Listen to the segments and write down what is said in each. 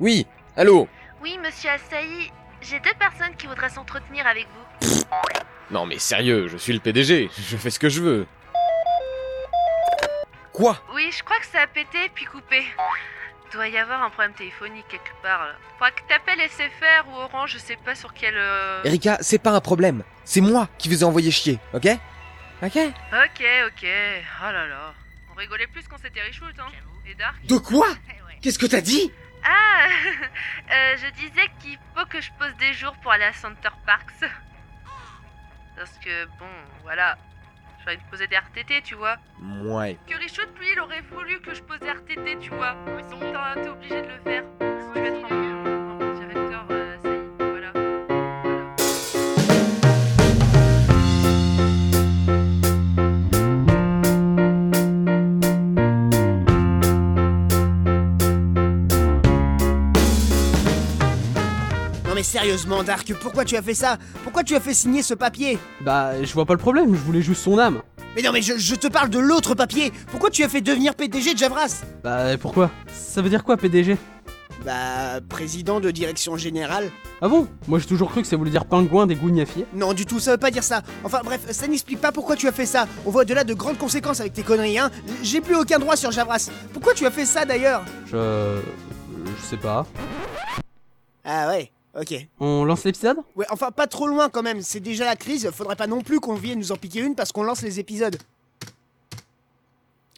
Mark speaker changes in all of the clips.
Speaker 1: Oui, allô
Speaker 2: Oui, monsieur Assaï, j'ai deux personnes qui voudraient s'entretenir avec vous.
Speaker 1: Non mais sérieux, je suis le PDG, je fais ce que je veux. Quoi
Speaker 2: Oui, je crois que ça a pété puis coupé. Doit y avoir un problème téléphonique quelque part. Là. Faudra que t'appelles SFR ou Orange, je sais pas sur quel. euh,
Speaker 1: Erika, c'est pas un problème, c'est moi qui vous ai envoyé chier, ok Ok
Speaker 2: Ok, ok. Oh là là. On rigolait plus quand c'était Richwood, hein. Et Dark.
Speaker 3: De quoi Qu'est-ce que t'as dit
Speaker 2: Ah euh, Je disais qu'il faut que je pose des jours pour aller à Center Parks. Parce que, bon, voilà. J'aurais dû poser des RTT, tu vois.
Speaker 1: Ouais.
Speaker 2: Que Richout, lui, il aurait voulu que je pose des RTT, tu vois. Donc t'as- t'es obligé de le faire. Si tu veux être un bon directeur, euh, ça y est, voilà. Voilà.
Speaker 3: Non mais sérieusement, Dark, pourquoi tu as fait ça Pourquoi tu as fait signer ce papier
Speaker 4: Bah, je vois pas le problème, je voulais juste son âme.
Speaker 3: Mais non mais je, je te parle de l'autre papier Pourquoi tu as fait devenir PDG de Javras
Speaker 4: Bah, pourquoi Ça veut dire quoi, PDG
Speaker 3: Bah, président de direction générale
Speaker 4: Ah bon Moi j'ai toujours cru que ça voulait dire pingouin des gougnafiers.
Speaker 3: Non du tout, ça veut pas dire ça Enfin bref, ça n'explique pas pourquoi tu as fait ça On voit de là de grandes conséquences avec tes conneries, hein J'ai plus aucun droit sur Javras Pourquoi tu as fait ça d'ailleurs
Speaker 4: Je. Je sais pas.
Speaker 3: Ah ouais, ok.
Speaker 4: On lance l'épisode
Speaker 3: Ouais, enfin pas trop loin quand même, c'est déjà la crise, faudrait pas non plus qu'on vienne nous en piquer une parce qu'on lance les épisodes.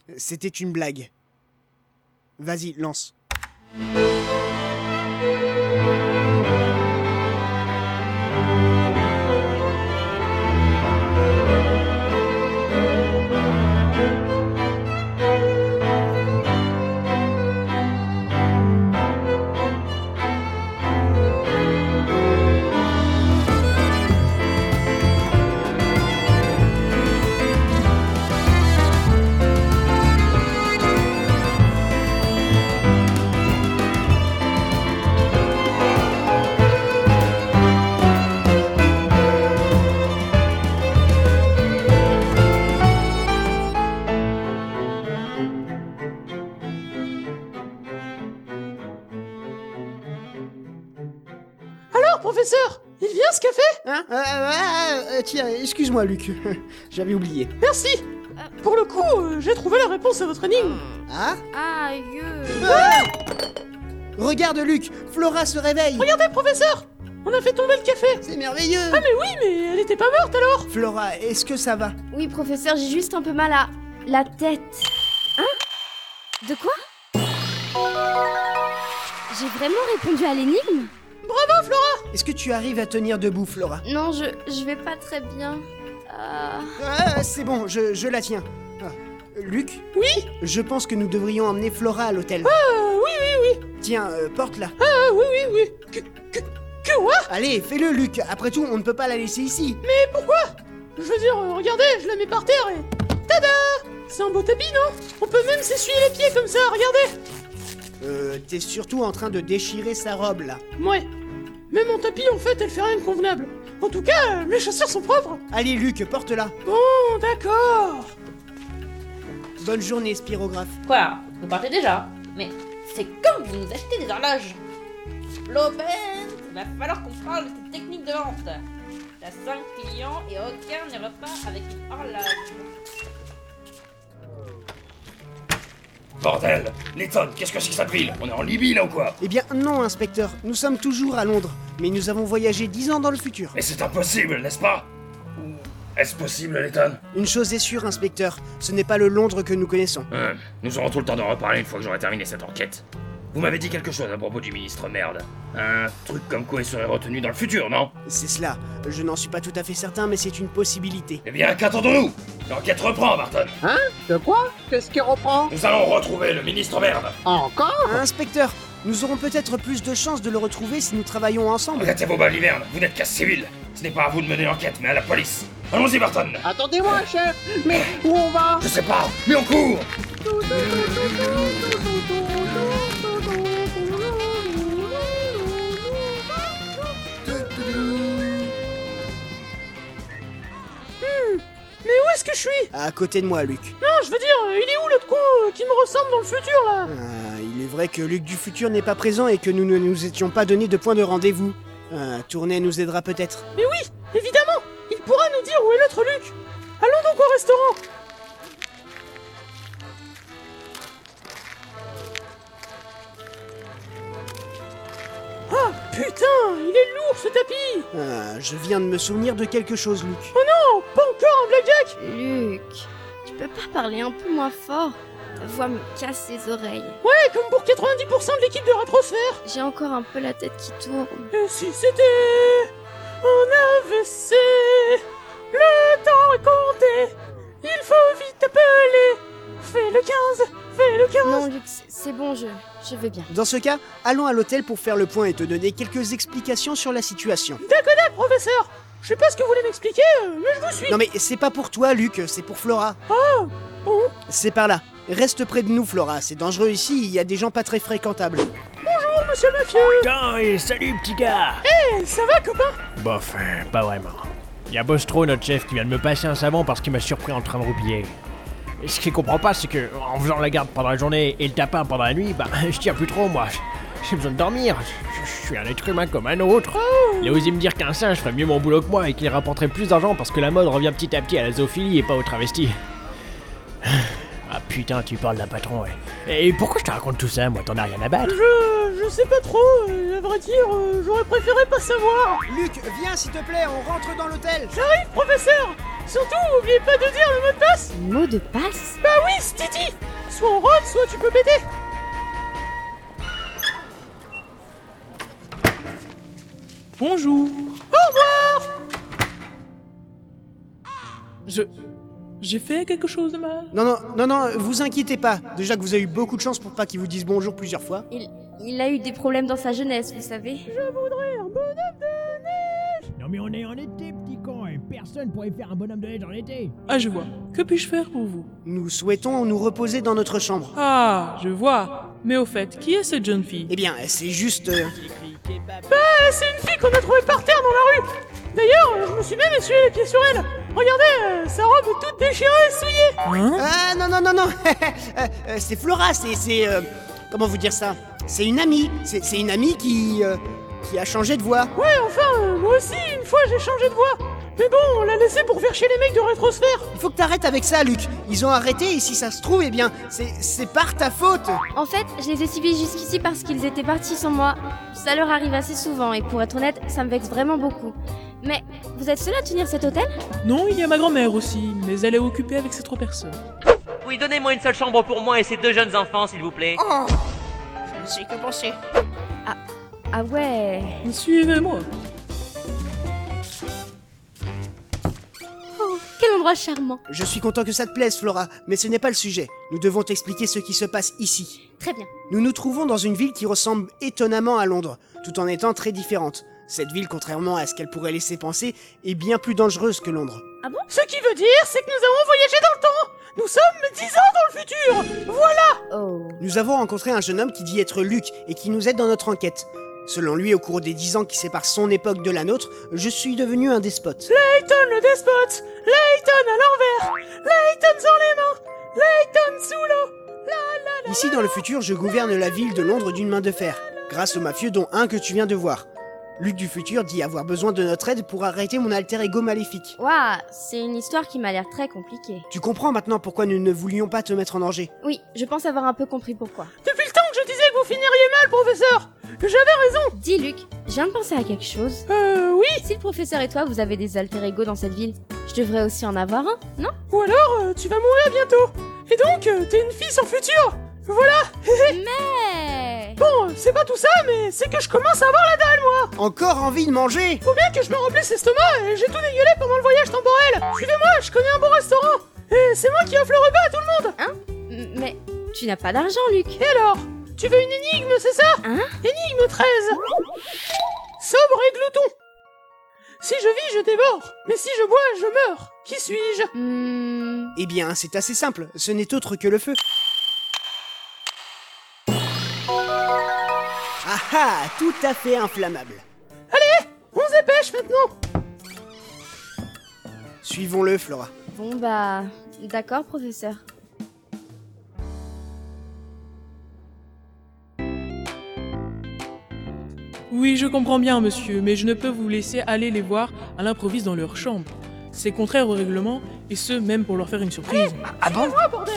Speaker 3: Euh, C'était une blague. Vas-y, lance.
Speaker 5: Alors, professeur, Ah, il vient ce café
Speaker 3: Hein Euh, euh, euh, Tiens, excuse-moi Luc, j'avais oublié.
Speaker 5: Merci Pour le coup, euh, j'ai trouvé la réponse à votre énigme.
Speaker 3: Ah
Speaker 6: Ah, gueux.
Speaker 3: Regarde Luc, Flora se réveille
Speaker 5: Regardez, professeur On a fait tomber le café
Speaker 3: C'est merveilleux
Speaker 5: Ah mais oui, mais elle était pas morte alors
Speaker 3: Flora, est-ce que ça va
Speaker 6: Oui, professeur, j'ai juste un peu mal à la tête. Hein De quoi J'ai vraiment répondu à l'énigme
Speaker 3: Est-ce que tu arrives à tenir debout Flora
Speaker 6: Non, je, je vais pas très bien. Ah,
Speaker 3: Ah, C'est bon, je, je la tiens. Ah. Luc
Speaker 5: Oui
Speaker 3: Je pense que nous devrions emmener Flora à l'hôtel.
Speaker 5: Euh, oui, oui,
Speaker 3: Tiens, euh, porte-la.
Speaker 5: ah, oui, oui, oui Que, que, que quoi
Speaker 3: Allez, fais-le Luc, après tout, on ne peut pas la laisser ici.
Speaker 5: Mais pourquoi Je veux dire, euh, regardez, je la mets par terre et... Tada C'est un beau tapis, non On peut même s'essuyer les pieds comme ça, regardez
Speaker 3: Euh, t'es surtout en train de déchirer sa robe là.
Speaker 5: Ouais Même en tapis, en fait, elle fait rien de convenable En tout cas, euh, mes chaussures sont propres
Speaker 3: Allez Luc, porte-la.
Speaker 5: Bon, d'accord
Speaker 3: Bonne journée, spirographe.
Speaker 7: Quoi Vous partez déjà Mais c'est comme vous nous achetez des horloges L'aubaine Il va falloir qu'on parle de cette technique de vente T'as 5 clients et aucun ne repart avec une horloge.
Speaker 8: Bordel Letton, qu'est-ce que c'est que ça brille On est en Libye là ou quoi
Speaker 3: Eh bien non, inspecteur, nous sommes toujours à Londres, mais nous avons voyagé dix ans dans le futur.
Speaker 8: Mais c'est impossible, n'est-ce pas Ou Est-ce possible, Letton
Speaker 3: Une chose est sûre, inspecteur, ce n'est pas le Londres que nous connaissons.
Speaker 8: Hum, Nous aurons tout le temps d'en reparler une fois que j'aurai terminé cette enquête. Vous m'avez dit quelque chose à propos du ministre merde. Un truc comme quoi il serait retenu dans le futur, non
Speaker 3: C'est cela. Je n'en suis pas tout à fait certain, mais c'est une possibilité.
Speaker 8: Eh bien, qu'attendons-nous L'enquête reprend, Barton
Speaker 9: De quoi Qu'est-ce qui reprend
Speaker 8: Nous allons retrouver le ministre merde
Speaker 9: Ah, Encore
Speaker 3: Hein, inspecteur, nous aurons peut-être plus de chances de le retrouver si nous travaillons ensemble.
Speaker 8: Arrêtez vos balivernes, vous n'êtes qu'à civil Ce n'est pas à vous de mener l'enquête, mais à la police Allons-y, Barton
Speaker 9: Attendez-moi, chef Mais où on va
Speaker 8: Je sais pas, mais on court
Speaker 5: Mais où est-ce que je suis Ah,
Speaker 3: À côté de moi, Luc.
Speaker 5: Non, je veux dire, euh, il est où l'autre con euh, qui me ressemble dans le futur là
Speaker 3: Ah, il Il est vrai que Luc du futur n'est pas présent et que nous ne nous étions pas donné de point de rendez-vous. Un tournée nous aidera peut-être.
Speaker 5: Évidemment Il pourra nous dire où est l'autre Luc Allons donc au restaurant Ah putain Il est lourd ce tapis
Speaker 3: Ah, je viens de me souvenir de quelque chose, Luc.
Speaker 5: Oh, pas encore un blackjack
Speaker 6: Luc, tu peux pas parler un peu moins fort Ta voix me casse les oreilles.
Speaker 5: Ouais, comme pour 90% de l'équipe de Rétrosphère
Speaker 6: J'ai encore un peu la tête qui tourne.
Speaker 5: Et si c'était un AVC Le temps est compté Il faut vite appeler Fais le 15 Fais le 15
Speaker 6: Non, Luc, c'est c'est bon, je, je vais bien.
Speaker 3: Dans ce cas, allons à l'hôtel pour faire le point et te donner quelques explications sur la situation.
Speaker 5: Ah, professeur Je sais pas ce que vous voulez m'expliquer, euh, mais je vous suis
Speaker 3: Non mais c'est pas pour toi, Luc, c'est pour Flora.
Speaker 5: bon
Speaker 3: C'est par là. Reste près de nous, Flora. C'est dangereux ici, il y a des gens pas très fréquentables.
Speaker 5: Monsieur le mafieux
Speaker 10: Putain, et salut petit gars
Speaker 5: Eh, Ça va, copain
Speaker 10: Bof, euh, pas vraiment. Y'a Bostro, notre chef, qui vient de me passer un savon parce qu'il m'a surpris en train de roupiller. Et Ce qu'il comprend pas, c'est que, en faisant la garde pendant la journée et le tapin pendant la nuit, bah, je tiens plus trop, moi. J'ai besoin de dormir. Je- Je suis un être humain comme un autre.
Speaker 5: Oh.
Speaker 10: Il a osé me dire qu'un singe ferait mieux mon boulot que moi et qu'il rapporterait plus d'argent parce que la mode revient petit à petit à la zoophilie et pas au travesti. Ah putain, tu parles d'un patron, ouais. Et pourquoi je te raconte tout ça, moi T'en as rien à battre
Speaker 5: Je... je sais pas trop, euh, à vrai dire, euh, j'aurais préféré pas savoir
Speaker 3: Luc, viens s'il te plaît, on rentre dans l'hôtel.
Speaker 5: J'arrive, professeur Surtout, n'oubliez pas de dire le mot de passe
Speaker 6: Mot de passe
Speaker 5: Bah oui, c'est Titi Soit on rentre, soit tu peux péter
Speaker 11: Bonjour. Au revoir. Je. J'ai fait quelque chose de mal.
Speaker 3: Non, non, non, non, vous inquiétez pas. Déjà que vous avez eu beaucoup de chance pour pas qu'ils vous disent bonjour plusieurs fois.
Speaker 6: il, il a eu des problèmes dans sa jeunesse, vous savez.
Speaker 10: Non mais on est en été, petit con, et personne pourrait faire un bonhomme de neige en été
Speaker 11: Ah, je vois. Que puis-je faire pour vous
Speaker 3: Nous souhaitons nous reposer dans notre chambre.
Speaker 11: Ah, je vois. Mais au fait, qui est cette jeune fille
Speaker 3: Eh bien, c'est juste... euh,
Speaker 5: Eh, C'est une fille qu'on a trouvée par terre dans la rue D'ailleurs, euh, je me suis même essuyé les pieds sur elle Regardez, euh, sa robe est toute déchirée et souillée
Speaker 11: Hein
Speaker 3: Ah non, non, non, non Euh, euh, C'est Flora, c'est... c'est, euh, Comment vous dire ça C'est une amie. C'est c'est une amie qui... euh, qui a changé de voix.
Speaker 5: Ouais, enfin, euh, moi aussi, une fois, j'ai changé de voix Mais bon, on l'a laissée pour faire chier les mecs de Rétrosphère
Speaker 3: Il faut que t'arrêtes avec ça, Luc. Ils ont arrêté et si ça se trouve, eh bien, c'est c'est par ta faute.
Speaker 6: En fait, je les ai suivis jusqu'ici parce qu'ils étaient partis sans moi. Ça leur arrive assez souvent et pour être honnête, ça me vexe vraiment beaucoup. Mais vous êtes seul à tenir cet hôtel
Speaker 11: Non, il y a ma grand-mère aussi, mais elle est occupée avec ces trois personnes.
Speaker 5: Oui, donnez-moi une seule chambre pour moi et ces deux jeunes enfants, s'il vous plaît
Speaker 7: Je ne sais que penser.
Speaker 6: Ah ouais.
Speaker 11: Suivez-moi.
Speaker 6: Oh, quel endroit charmant.
Speaker 3: Je suis content que ça te plaise, Flora, mais ce n'est pas le sujet. Nous devons t'expliquer ce qui se passe ici.
Speaker 6: Très bien.
Speaker 3: Nous nous trouvons dans une ville qui ressemble étonnamment à Londres, tout en étant très différente. Cette ville, contrairement à ce qu'elle pourrait laisser penser, est bien plus dangereuse que Londres.
Speaker 5: Ce qui veut dire, c'est que nous avons voyagé dans le temps Nous sommes 10 ans dans le futur Voilà
Speaker 6: Oh.
Speaker 3: Nous avons rencontré un jeune homme qui dit être Luc et qui nous aide dans notre enquête. Selon lui, au cours des dix ans qui séparent son époque de la nôtre, je suis devenu un despote.
Speaker 5: Layton le despote Layton à l'envers Layton sans les mains Layton sous l'eau
Speaker 3: Ici, dans le futur, je gouverne la ville de Londres d'une main de fer, grâce aux mafieux dont un que tu viens de voir. Luc du futur dit avoir besoin de notre aide pour arrêter mon alter ego maléfique.
Speaker 6: Waouh, c'est une histoire qui m'a l'air très compliquée.
Speaker 3: Tu comprends maintenant pourquoi nous ne voulions pas te mettre en danger.
Speaker 6: Oui, je pense avoir un peu compris pourquoi.
Speaker 5: Depuis le temps que je disais que vous finiriez mal, professeur Que j'avais raison
Speaker 6: Dis Luc, je viens de penser à quelque chose.
Speaker 5: Euh, oui
Speaker 6: Si le professeur et toi vous avez des alter ego dans cette ville, je devrais aussi en avoir un, non
Speaker 5: Ou alors, euh, tu vas mourir bientôt Et donc, euh, t'es une fille sans futur Voilà
Speaker 6: Eh
Speaker 5: Bon, euh, c'est pas tout ça, mais c'est que je commence à avoir la dalle, moi
Speaker 3: Encore envie de manger
Speaker 5: Faut bien que je me remplisse l'estomac, et j'ai tout dégueulé pendant le voyage temporel Suivez-moi, je connais un bon restaurant Et c'est moi qui offre le repas à tout le monde
Speaker 6: M- Mais tu n'as pas d'argent, Luc.
Speaker 5: Et alors Tu veux une énigme, c'est ça
Speaker 6: Hein
Speaker 5: Énigme 13 Sobre et glouton Si je vis, je dévore, mais si je bois, je meurs. Qui suis-je
Speaker 6: Hmm,
Speaker 3: Eh bien, c'est assez simple, ce n'est autre que le feu. Ah ah, tout à fait inflammable.
Speaker 5: On se dépêche maintenant
Speaker 3: Suivons-le, Flora.
Speaker 6: Bon bah, d'accord, professeur.
Speaker 5: Oui, je comprends bien, monsieur, mais je ne peux vous laisser aller les voir à l'improviste dans leur chambre. C'est contraire au règlement, et ce, même pour leur faire une surprise.
Speaker 12: Ah bon bordel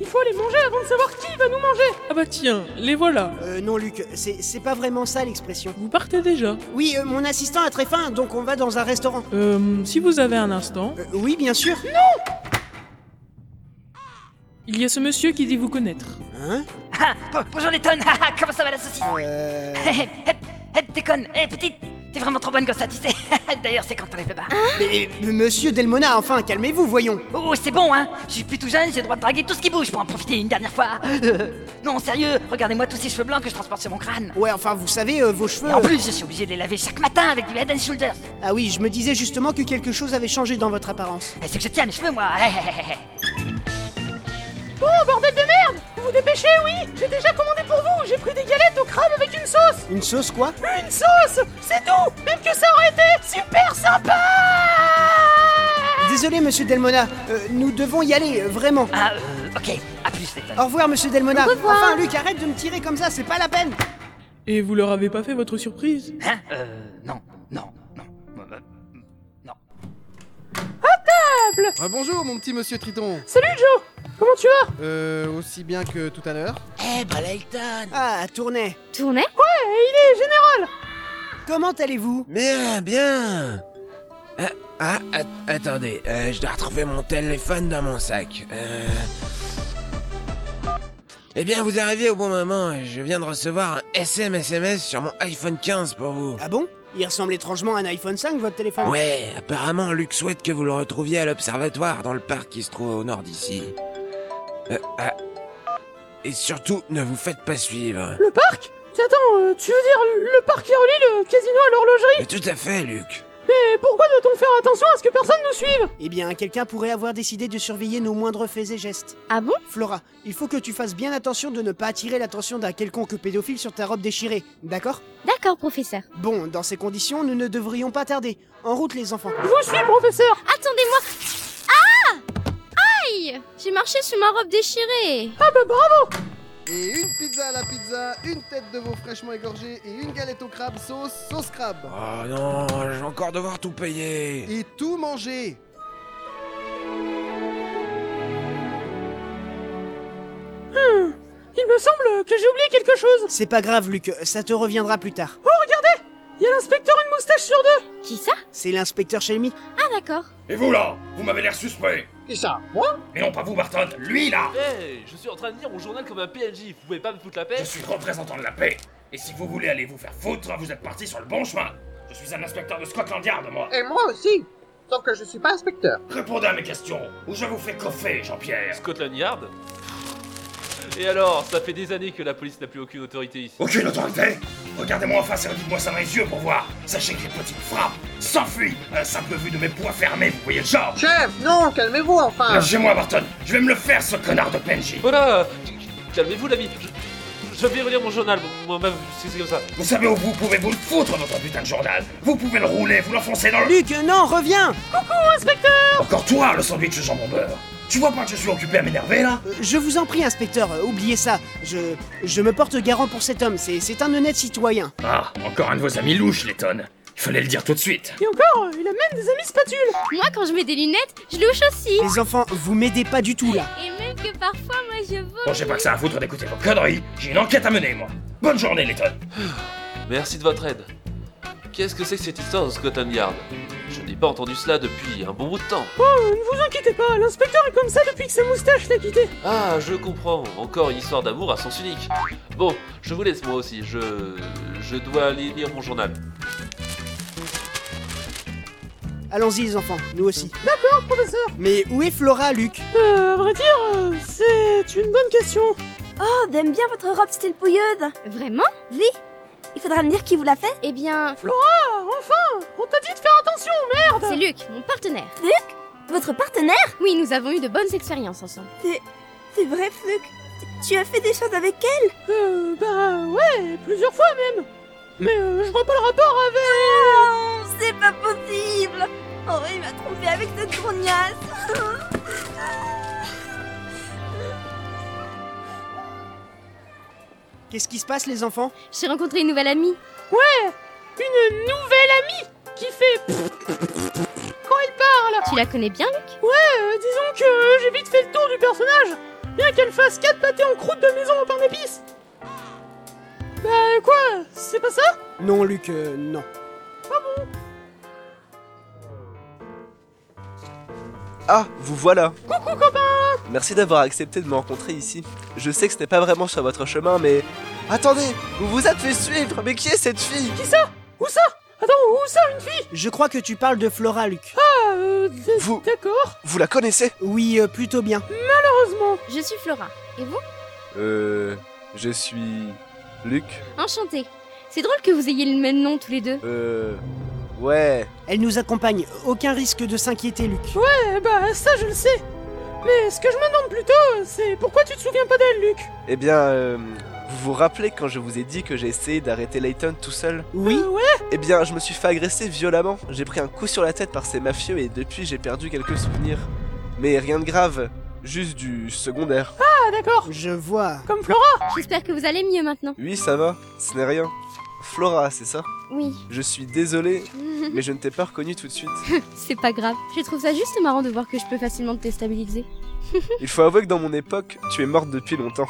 Speaker 12: Il faut aller manger avant de savoir qui va nous manger
Speaker 5: Ah bah tiens, les voilà
Speaker 3: Euh, non, Luc, c'est c'est pas vraiment ça l'expression.
Speaker 5: Vous partez déjà
Speaker 3: Oui, euh, mon assistant a très faim, donc on va dans un restaurant. Euh,
Speaker 5: Euh, si vous avez un instant...
Speaker 3: oui, bien sûr
Speaker 5: Il y a ce monsieur qui dit vous connaître.
Speaker 3: Hein
Speaker 13: Ah, bon- bonjour les tonnes, ah, ah, comment ça va la saucisse Eh,
Speaker 3: Euh...
Speaker 13: Hé, hé, hé, t'es conne, hé, Eh, petite, t'es vraiment trop bonne comme ça, tu sais. D'ailleurs, c'est quand on les fait pas.
Speaker 3: Mais, mais monsieur Delmona, enfin, calmez-vous, voyons
Speaker 13: Oh, c'est bon, hein Je suis plutôt jeune, j'ai le droit de draguer tout ce qui bouge pour en profiter une dernière fois. Euh, non, sérieux, regardez-moi tous ces cheveux blancs que je transporte sur mon crâne.
Speaker 3: Ouais, enfin, vous savez, euh, vos cheveux...
Speaker 13: Et en plus, je suis obligé de les laver chaque matin avec du Head and Shoulders.
Speaker 3: Ah oui, je me disais justement que quelque chose avait changé dans votre apparence.
Speaker 13: Et c'est que je tiens mes cheveux, moi. Hé, hé, hé, hé.
Speaker 12: Bon, bordel de merde Vous vous dépêchez, oui J'ai déjà commandé pour vous Oh, J'ai pris des galettes au crabe avec une sauce
Speaker 3: Une sauce, quoi
Speaker 12: Une sauce C'est tout Même que ça aurait été super sympa
Speaker 3: Désolé, monsieur Delmona, euh, nous devons y aller, euh, vraiment.
Speaker 13: Ah, euh, ok, à plus, les tonnes.
Speaker 3: Au revoir, monsieur Delmona.
Speaker 13: Au revoir.
Speaker 3: Enfin, Luc, arrête de me tirer comme ça, c'est pas la peine.
Speaker 5: Et vous leur avez pas fait votre surprise
Speaker 13: Hein Euh, non, non, non. Euh,
Speaker 12: Table
Speaker 14: Ah, bonjour mon petit monsieur Triton
Speaker 12: Salut Joe Comment tu vas
Speaker 14: Euh, aussi bien que tout à l'heure
Speaker 13: Eh, bah Layton
Speaker 3: Ah, tournez.
Speaker 6: Tournez
Speaker 12: Ouais, il est général
Speaker 3: Comment allez-vous
Speaker 15: Bien, bien Ah, ah, att- attendez, euh, je dois retrouver mon téléphone dans mon sac. Euh... Eh bien, vous arrivez au bon moment, je viens de recevoir un SMS sur mon iPhone 15 pour vous.
Speaker 3: Ah bon Il ressemble étrangement à un iPhone 5, votre téléphone
Speaker 15: Ouais, apparemment Luc souhaite que vous le retrouviez à l'observatoire dans le parc qui se trouve au nord d'ici. Euh, ah. Et surtout, ne vous faites pas suivre.
Speaker 12: Le parc Attends, euh, tu veux dire le parc qui relie le casino à l'horlogerie
Speaker 15: Mais tout à fait, Luc.
Speaker 12: Mais pourquoi doit-on faire Oh, attention à ce que personne nous suive
Speaker 3: Eh bien, quelqu'un pourrait avoir décidé de surveiller nos moindres faits et gestes.
Speaker 6: Ah bon
Speaker 3: Flora, il faut que tu fasses bien attention de ne pas attirer l'attention d'un quelconque pédophile sur ta robe déchirée, d'accord
Speaker 6: D'accord, professeur.
Speaker 3: Bon, dans ces conditions, nous ne devrions pas tarder. En route, les enfants.
Speaker 12: Je suis professeur
Speaker 6: Oh, Attendez-moi Ah Aïe J'ai marché sur ma robe déchirée
Speaker 12: Ah bah bravo
Speaker 14: Et une pizza à la pizza, une tête de veau fraîchement égorgée et une galette au crabe sauce sauce crabe.
Speaker 15: Oh non, je vais encore devoir tout payer.
Speaker 14: Et tout manger
Speaker 12: Hmm, Il me semble que j'ai oublié quelque chose
Speaker 3: C'est pas grave, Luc, ça te reviendra plus tard.
Speaker 12: Oh, regardez Il y a l'inspecteur une moustache sur deux
Speaker 6: Qui ça
Speaker 3: C'est l'inspecteur Shelmy.
Speaker 6: Ah d'accord.
Speaker 8: Et vous là Vous m'avez l'air suspect
Speaker 2: Qui ça Moi
Speaker 8: Et non pas vous, Barton Lui là
Speaker 16: Hey, Eh, je suis en train de lire mon journal comme un PNJ, vous pouvez pas me foutre la paix
Speaker 8: Je suis représentant de la paix Et si vous voulez aller vous faire foutre, vous êtes parti sur le bon chemin Je suis un inspecteur de Scotland Yard, moi
Speaker 2: Et moi aussi Sauf que je suis pas inspecteur.
Speaker 8: Répondez à mes questions, ou je vous fais coffer, Jean-Pierre
Speaker 16: Scotland Yard Et alors, ça fait des années que la police n'a plus aucune autorité ici.
Speaker 8: Aucune autorité Regardez-moi en face et dites moi ça dans les yeux pour voir Sachez que les petites frappes s'enfuient à la simple vue de mes poings fermés, vous voyez le genre
Speaker 2: Chef, non, calmez-vous enfin
Speaker 8: Lâchez-moi, Barton Je vais me le faire, ce connard de PNJ
Speaker 16: Voilà Euh, Calmez-vous l'ami Je- je vais relire mon journal, moi-même, si c'est comme ça.
Speaker 8: Vous savez où vous pouvez vous le foutre, votre putain de journal Vous pouvez le rouler, vous l'enfoncer dans le...
Speaker 3: Luc, non, reviens
Speaker 12: Coucou, inspecteur
Speaker 8: Encore toi, le sandwich au jambon beurre Tu vois pas que je suis occupé à m'énerver, là
Speaker 3: Euh, Je vous en prie, inspecteur, euh, oubliez ça. Je, je me porte garant pour cet homme, c'est c'est un honnête citoyen.
Speaker 8: Ah, encore un de vos amis louches, les tonnes Il fallait le dire tout de suite
Speaker 12: Et encore, euh, il a même des amis spatules
Speaker 6: Moi, quand je mets des lunettes, je louche aussi
Speaker 3: Les enfants, vous m'aidez pas du tout là.
Speaker 6: Et même que parfois, moi, je
Speaker 8: Bon, j'ai pas que ça à foutre d'écouter vos conneries J'ai une enquête à mener, moi Bonne journée, les tonnes
Speaker 16: Merci de votre aide. Qu'est-ce que c'est que cette histoire de Scotland Yard Je n'ai pas entendu cela depuis un bon bout de temps.
Speaker 12: Oh, euh, ne vous inquiétez pas, l'inspecteur est comme ça depuis que sa moustache l'a quitté
Speaker 16: Ah, je comprends. Encore une histoire d'amour à sens unique. Bon, je vous laisse moi aussi. Je. Je dois aller lire mon journal.
Speaker 3: Allons-y, les enfants, nous aussi.
Speaker 12: D'accord, professeur
Speaker 3: Mais où est Flora, Luc
Speaker 12: Euh, à vrai dire, euh, c'est une bonne question
Speaker 17: Oh, d'aime bien votre robe style pouilleuse
Speaker 6: Vraiment
Speaker 17: Oui Il faudra me dire qui vous l'a fait
Speaker 6: Eh bien,
Speaker 12: Flora, enfin On t'a dit de faire attention, merde
Speaker 6: c'est Luc, mon partenaire.
Speaker 17: Fluc Votre partenaire
Speaker 6: Oui, nous avons eu de bonnes expériences ensemble.
Speaker 17: C'est... c'est vrai, Fluc Tu- Tu as fait des choses avec elle
Speaker 12: Euh, bah ouais, plusieurs fois même Mais euh, je vois pas le rapport avec...
Speaker 17: Non Oh, C'est pas possible Oh, il m'a trompé avec cette grognasse
Speaker 3: Qu'est-ce qui se passe, les enfants
Speaker 6: J'ai rencontré une nouvelle amie.
Speaker 5: Ouais Une nouvelle amie qui fait pfff quand il
Speaker 12: Ah,
Speaker 5: parle
Speaker 6: Tu la connais bien, Luc
Speaker 5: Ouais, euh, disons que euh, j'ai vite fait le tour du personnage Bien qu'elle fasse 4 pâtés en croûte de maison au pain d'épices Bah quoi C'est pas ça
Speaker 3: Non, Luc, euh, non.
Speaker 16: Ah, vous voilà
Speaker 5: Coucou copain
Speaker 16: Merci d'avoir accepté de me rencontrer ici. Je sais que ce n'est pas vraiment sur votre chemin, mais... Attendez Vous vous êtes fait suivre Mais qui est cette fille
Speaker 5: Qui ça Où ça Attends, où ça, une fille
Speaker 3: Je crois que tu parles de Flora, Luc.
Speaker 5: Ah, euh, d- d'accord.
Speaker 16: Vous la connaissez
Speaker 3: Oui, euh, plutôt bien.
Speaker 5: Malheureusement.
Speaker 6: Je suis Flora. Et vous
Speaker 16: Euh... Je suis... Luc
Speaker 6: Enchantée. C'est drôle que vous ayez le même nom tous les deux.
Speaker 16: Euh... Ouais...
Speaker 3: Elle nous accompagne, aucun risque de s'inquiéter, Luc.
Speaker 5: Ouais, bah ça je le sais. Mais ce que je me demande plutôt, c'est pourquoi tu te souviens pas d'elle, Luc
Speaker 16: Eh bien... euh, Vous vous rappelez quand je vous ai dit que j'ai essayé d'arrêter Layton tout seul
Speaker 3: Oui
Speaker 5: Euh,
Speaker 16: Eh bien, je me suis fait agresser violemment. J'ai pris un coup sur la tête par ces mafieux et depuis j'ai perdu quelques souvenirs. Mais rien de grave, juste du secondaire.
Speaker 5: Ah, d'accord.
Speaker 3: Je vois.
Speaker 5: Comme Flora
Speaker 6: J'espère que vous allez mieux maintenant.
Speaker 16: Oui, ça va, ce n'est rien. Flora, c'est ça
Speaker 6: Oui.
Speaker 16: Je suis désolé, mais je ne t'ai pas reconnu tout de suite.
Speaker 6: C'est pas grave. Je trouve ça juste marrant de voir que je peux facilement te déstabiliser.
Speaker 16: Il faut avouer que dans mon époque, tu es morte depuis longtemps.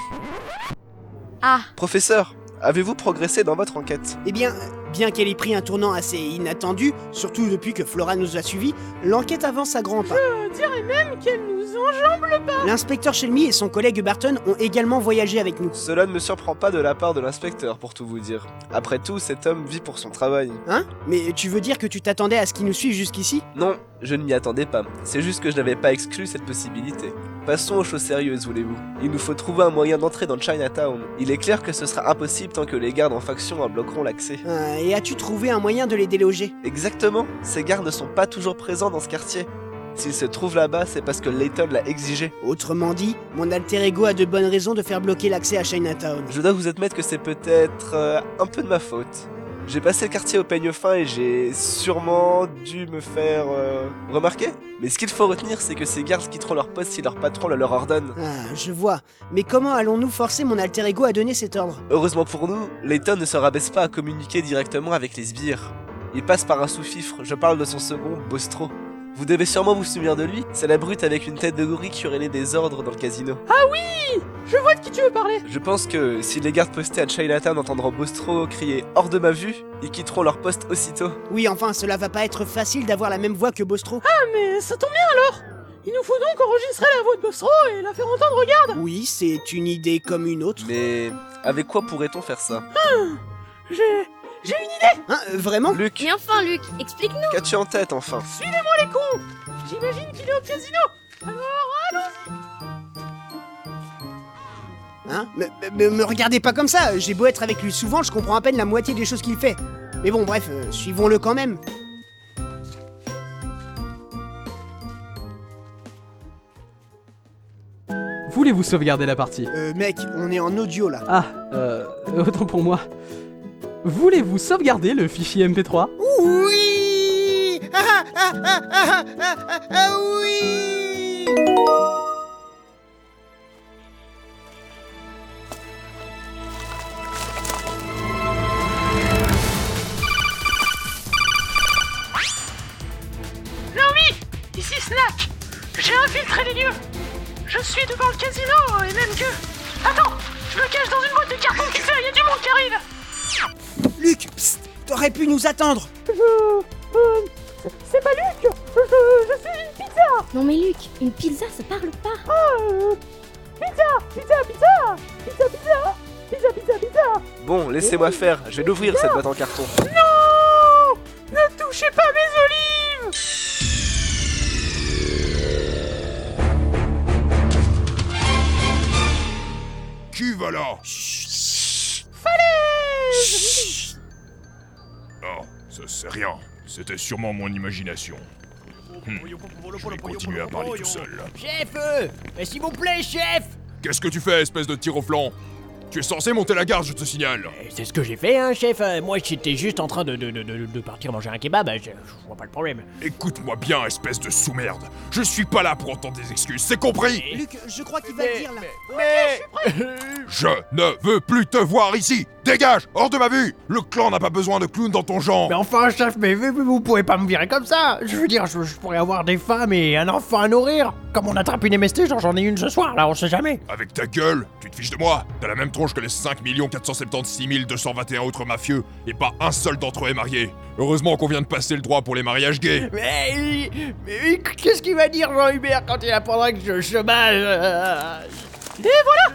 Speaker 6: Ah,
Speaker 16: Professeur, avez-vous progressé dans votre enquête
Speaker 3: Eh bien, euh, bien qu'elle ait pris un tournant assez inattendu, surtout depuis que Flora nous a suivis, l'enquête avance à grands pas.
Speaker 5: Je dirais même qu'elle nous enjambe le pas.
Speaker 3: L'inspecteur Shelmy et son collègue Barton ont également voyagé avec nous.
Speaker 16: Cela ne me surprend pas de la part de l'inspecteur, pour tout vous dire. Après tout, cet homme vit pour son travail.
Speaker 3: Hein Mais tu veux dire que tu t'attendais à ce qu'ils nous suivent jusqu'ici
Speaker 16: Non, je ne m'y attendais pas. C'est juste que je n'avais pas exclu cette possibilité. Passons aux choses sérieuses, voulez-vous. Il nous faut trouver un moyen d'entrer dans Chinatown. Il est clair que ce sera impossible tant que les gardes en faction en bloqueront l'accès.
Speaker 3: Euh, Et as-tu trouvé un moyen de les déloger
Speaker 16: Exactement, ces gardes ne sont pas toujours présents dans ce quartier. S'ils se trouvent là-bas, c'est parce que Layton l'a exigé.
Speaker 3: Autrement dit, mon alter ego a de bonnes raisons de faire bloquer l'accès à Chinatown.
Speaker 16: Je dois vous admettre que c'est peut-être euh, un peu de ma faute. J'ai passé le quartier au peigne fin et j'ai sûrement dû me faire euh, remarquer. Mais ce qu'il faut retenir, c'est que ces gardes quitteront leur poste si leur patron le leur ordonne.
Speaker 3: Ah, je vois. Mais comment allons-nous forcer mon alter ego à donner cet ordre
Speaker 16: Heureusement pour nous, Layton ne se rabaisse pas à communiquer directement avec les sbires. Il passe par un sous-fifre, je parle de son second, Bostro. Vous devez sûrement vous souvenir de lui, c'est la brute avec une tête de gorille qui relais des ordres dans le casino.
Speaker 5: Ah oui Je vois de qui tu veux parler.
Speaker 16: Je pense que si les gardes postés à Chinatown entendront Bostro crier « hors de ma vue », ils quitteront leur poste aussitôt.
Speaker 3: Oui, enfin, cela va pas être facile d'avoir la même voix que Bostro.
Speaker 5: Ah, mais ça tombe bien alors Il nous faut donc enregistrer la voix de Bostro et la faire entendre, regarde
Speaker 3: Oui, c'est une idée comme une autre.
Speaker 16: Mais avec quoi pourrait-on faire ça
Speaker 5: J'ai. J'ai une idée
Speaker 3: Hein, euh, vraiment
Speaker 16: Luc,
Speaker 6: mais enfin, Luc, explique-nous.
Speaker 16: qu'as-tu en tête enfin
Speaker 5: Suivez-moi les cons J'imagine qu'il est au casino Alors, allons-y
Speaker 3: Hein me, me- me regardez pas comme ça, j'ai beau être avec lui souvent, je comprends à peine la moitié des choses qu'il fait. Mais bon, bref, euh, suivons-le quand même.
Speaker 4: Voulez-vous sauvegarder la partie
Speaker 3: Euh, mec, on est en audio là.
Speaker 4: Ah, euh, autant pour moi. Voulez-vous sauvegarder le fichier MP3
Speaker 5: Oui ah, ah, ah, ah, ah, ah, ah, Oui Naomi Ici Snack J'ai infiltré les lieux Je suis devant le casino et même que... Attends Je me cache dans une boîte de carton qui fait, il y a du monde qui arrive
Speaker 3: Luc, psst, t'aurais pu nous attendre
Speaker 5: Je... euh, c'est pas Luc je, je suis une pizza
Speaker 6: Non mais Luc, une pizza, ça parle pas.
Speaker 5: euh, Pizza Pizza Pizza Pizza Pizza Pizza Pizza Pizza
Speaker 16: Bon, laissez-moi faire, je vais l'ouvrir cette boîte en carton.
Speaker 5: Non Ne touchez pas mes olives
Speaker 18: Qui va là
Speaker 5: Falaise
Speaker 18: Oh, ça c'est rien. C'était sûrement mon imagination. Hmm. Je vais continuer à parler tout seul.
Speaker 10: Chef euh, S'il vous plaît, chef
Speaker 18: Qu'est-ce que tu fais, espèce de tir au flanc
Speaker 8: Tu es censé monter la garde, je te signale
Speaker 19: C'est ce que j'ai fait, hein, chef. Euh, Moi, j'étais juste en train de, de, de, de- de partir manger un kebab. Euh, Je, je vois pas le problème.
Speaker 8: Écoute-moi bien, espèce de sous-merde. Je suis pas là pour entendre des excuses, c'est compris
Speaker 16: Luc, je crois qu'il va le dire là.
Speaker 8: Je ne veux plus te voir ici Dégage Hors de ma vue Le clan n'a pas besoin de clowns dans ton genre
Speaker 19: Mais enfin, chef, mais vous, vous- vous pouvez pas me virer comme ça. Je veux dire, je, je pourrais avoir des femmes et un enfant à nourrir. Comme on attrape une MST, genre j'en ai une ce soir, là, on sait jamais.
Speaker 8: Avec ta gueule, tu te fiches de moi T'as la même tronche que les 5 476 221 autres mafieux, et pas un seul d'entre eux est marié. Heureusement qu'on vient de passer le droit pour les mariages gays.
Speaker 19: Mais, il- mais il- qu'est-ce qu'il va dire Jean-Hubert quand il apprendra que je chômage euh,
Speaker 5: Et voilà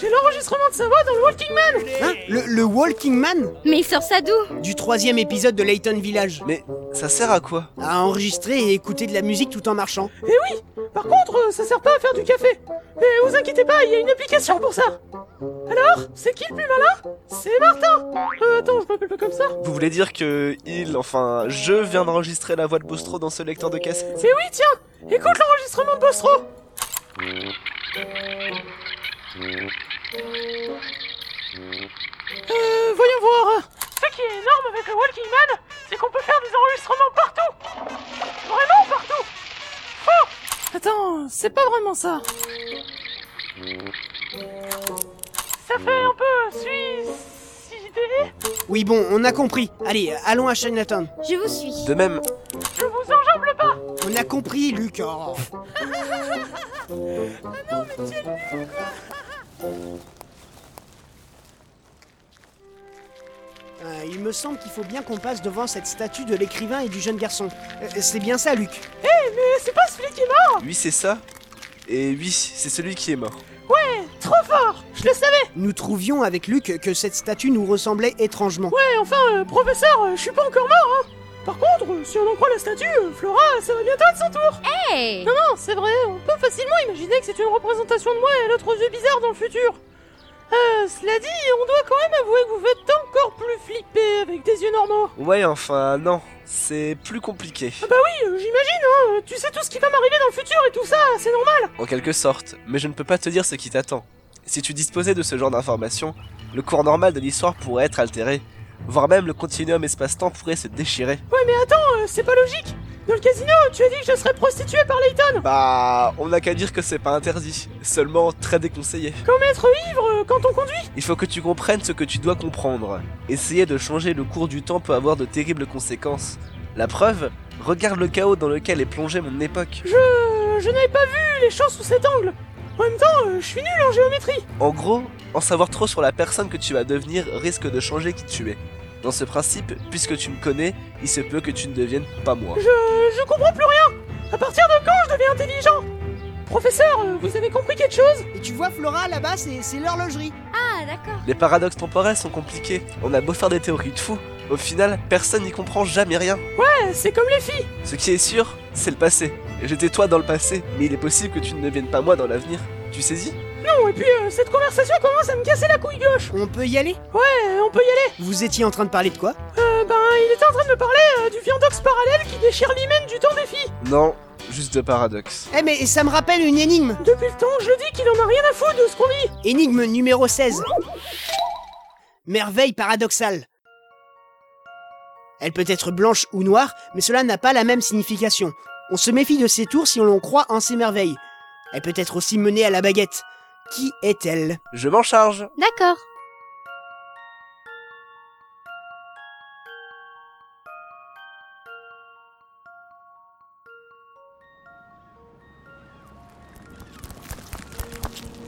Speaker 5: J'ai l'enregistrement de sa voix dans le Walking Man
Speaker 16: Hein le, le Walking Man
Speaker 20: Mais il sort ça d'où
Speaker 16: Du troisième épisode de Layton Village.
Speaker 3: Mais ça sert à quoi
Speaker 16: À enregistrer et écouter de la musique tout en marchant.
Speaker 5: Eh oui Par contre, euh, ça sert pas à faire du café Mais vous inquiétez pas, il y a une application pour ça Alors, c'est qui le plus malin C'est Martin Euh, attends, je m'appelle pas comme ça
Speaker 3: Vous voulez dire que il, enfin, je viens d'enregistrer la voix de Bostro dans ce lecteur de cassette
Speaker 5: Eh oui, tiens Écoute l'enregistrement de Bostro Euh, voyons voir Ce qui est énorme avec le Walking Man, c'est qu'on peut faire des enregistrements partout Vraiment partout Faux Attends, c'est pas vraiment ça Ça fait un peu suicidé
Speaker 16: Oui bon, on a compris. Allez, euh, allons à Chinatown.
Speaker 20: Je vous suis.
Speaker 3: De même,
Speaker 5: Je vous enjamble pas
Speaker 16: On a compris, Luc. oh.
Speaker 5: Ah
Speaker 16: Euh, il me semble qu'il faut bien qu'on passe devant cette statue de l'écrivain et du jeune garçon. Euh, c'est bien ça, Luc.
Speaker 5: Eh, mais c'est pas celui qui est mort
Speaker 3: oui, c'est ça. Et oui, c'est celui qui est mort.
Speaker 5: Ouais, trop fort Je le savais
Speaker 16: Nous trouvions avec Luc que cette statue nous ressemblait étrangement.
Speaker 5: Ouais, enfin, euh, professeur, euh, je suis pas encore mort, hein Par contre, euh, si on en croit la statue, euh, Flora, ça va bientôt être son tour
Speaker 20: Hey
Speaker 5: Non, non, Ah, c'est vrai, on peut facilement imaginer que c'est une représentation de moi et l'autre aux yeux bizarres dans le futur euh, cela dit, on doit quand même avouer que vous faites encore plus flipper avec des yeux normaux.
Speaker 3: Ouais, enfin, non, c'est plus compliqué.
Speaker 5: Ah bah oui, euh, j'imagine, hein, euh, tu sais tout ce qui va m'arriver dans le futur et tout ça, c'est normal.
Speaker 3: En quelque sorte, mais je ne peux pas te dire ce qui t'attend. Si tu disposais de ce genre d'informations, le cours normal de l'histoire pourrait être altéré, voire même le continuum espace-temps pourrait se déchirer.
Speaker 5: Ouais, mais attends, euh, c'est pas logique. Dans le casino, tu as dit que je serais prostituée par Layton.
Speaker 3: Bah, on n'a qu'à dire que c'est pas interdit, seulement très déconseillé.
Speaker 5: Comme être ivre euh, quand on conduit
Speaker 3: Il faut que tu comprennes ce que tu dois comprendre. Essayer de changer le cours du temps peut avoir de terribles conséquences. La preuve Regarde le chaos dans lequel est plongée mon époque.
Speaker 5: Je. je n'avais pas vu les choses sous cet angle. En même temps, euh, je suis nul en géométrie.
Speaker 3: En gros, en savoir trop sur la personne que tu vas devenir risque de changer qui tu es. Dans ce principe, puisque tu me connais, il se peut que tu ne deviennes pas moi.
Speaker 5: Je. je comprends plus rien. À partir de quand je deviens intelligent Professeur, euh, vous avez compris quelque chose
Speaker 16: Et tu vois, Flora, là-bas, c'est c'est l'horlogerie.
Speaker 20: Ah, d'accord.
Speaker 3: Les paradoxes temporels sont compliqués. On a beau faire des théories de fou, au final, personne n'y comprend jamais rien.
Speaker 5: Ouais, c'est comme les filles.
Speaker 3: Ce qui est sûr, c'est le passé. J'étais toi dans le passé, mais il est possible que tu ne deviennes pas moi dans l'avenir. Tu saisis
Speaker 5: Non, et puis euh, cette conversation commence à me casser la couille gauche.
Speaker 16: On peut y aller
Speaker 5: Ouais, on peut y aller.
Speaker 16: Vous étiez en train de parler de quoi
Speaker 5: Euh, ben, il était en train de me parler euh, du viandox parallèle qui déchire l'hymen du temps des filles.
Speaker 3: Non, juste de paradoxes.
Speaker 16: Eh mais ça me rappelle une énigme
Speaker 5: Depuis le temps, je le dis qu'il en a rien à foutre de ce qu'on vit.
Speaker 16: Énigme numéro 16. Merveille paradoxale. Elle peut être blanche ou noire, mais cela n'a pas la même signification. On se méfie de ses tours si on l'en croit en ses merveilles. Elle peut être aussi menée à la baguette. Qui est-elle
Speaker 3: Je m'en charge.
Speaker 20: D'accord.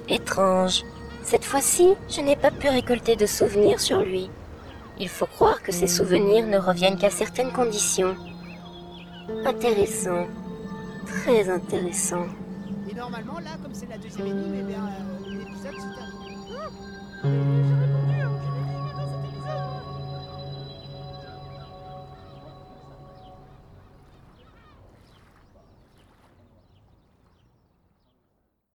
Speaker 6: Étrange. Cette fois-ci, je n'ai pas pu récolter de souvenirs sur lui. Il faut croire que ces souvenirs ne reviennent qu'à certaines conditions. Intéressant. Très intéressant.
Speaker 16: Et normalement, là, comme c'est la deuxième énigme, eh bien, l'épisode se termine.
Speaker 5: J'ai répondu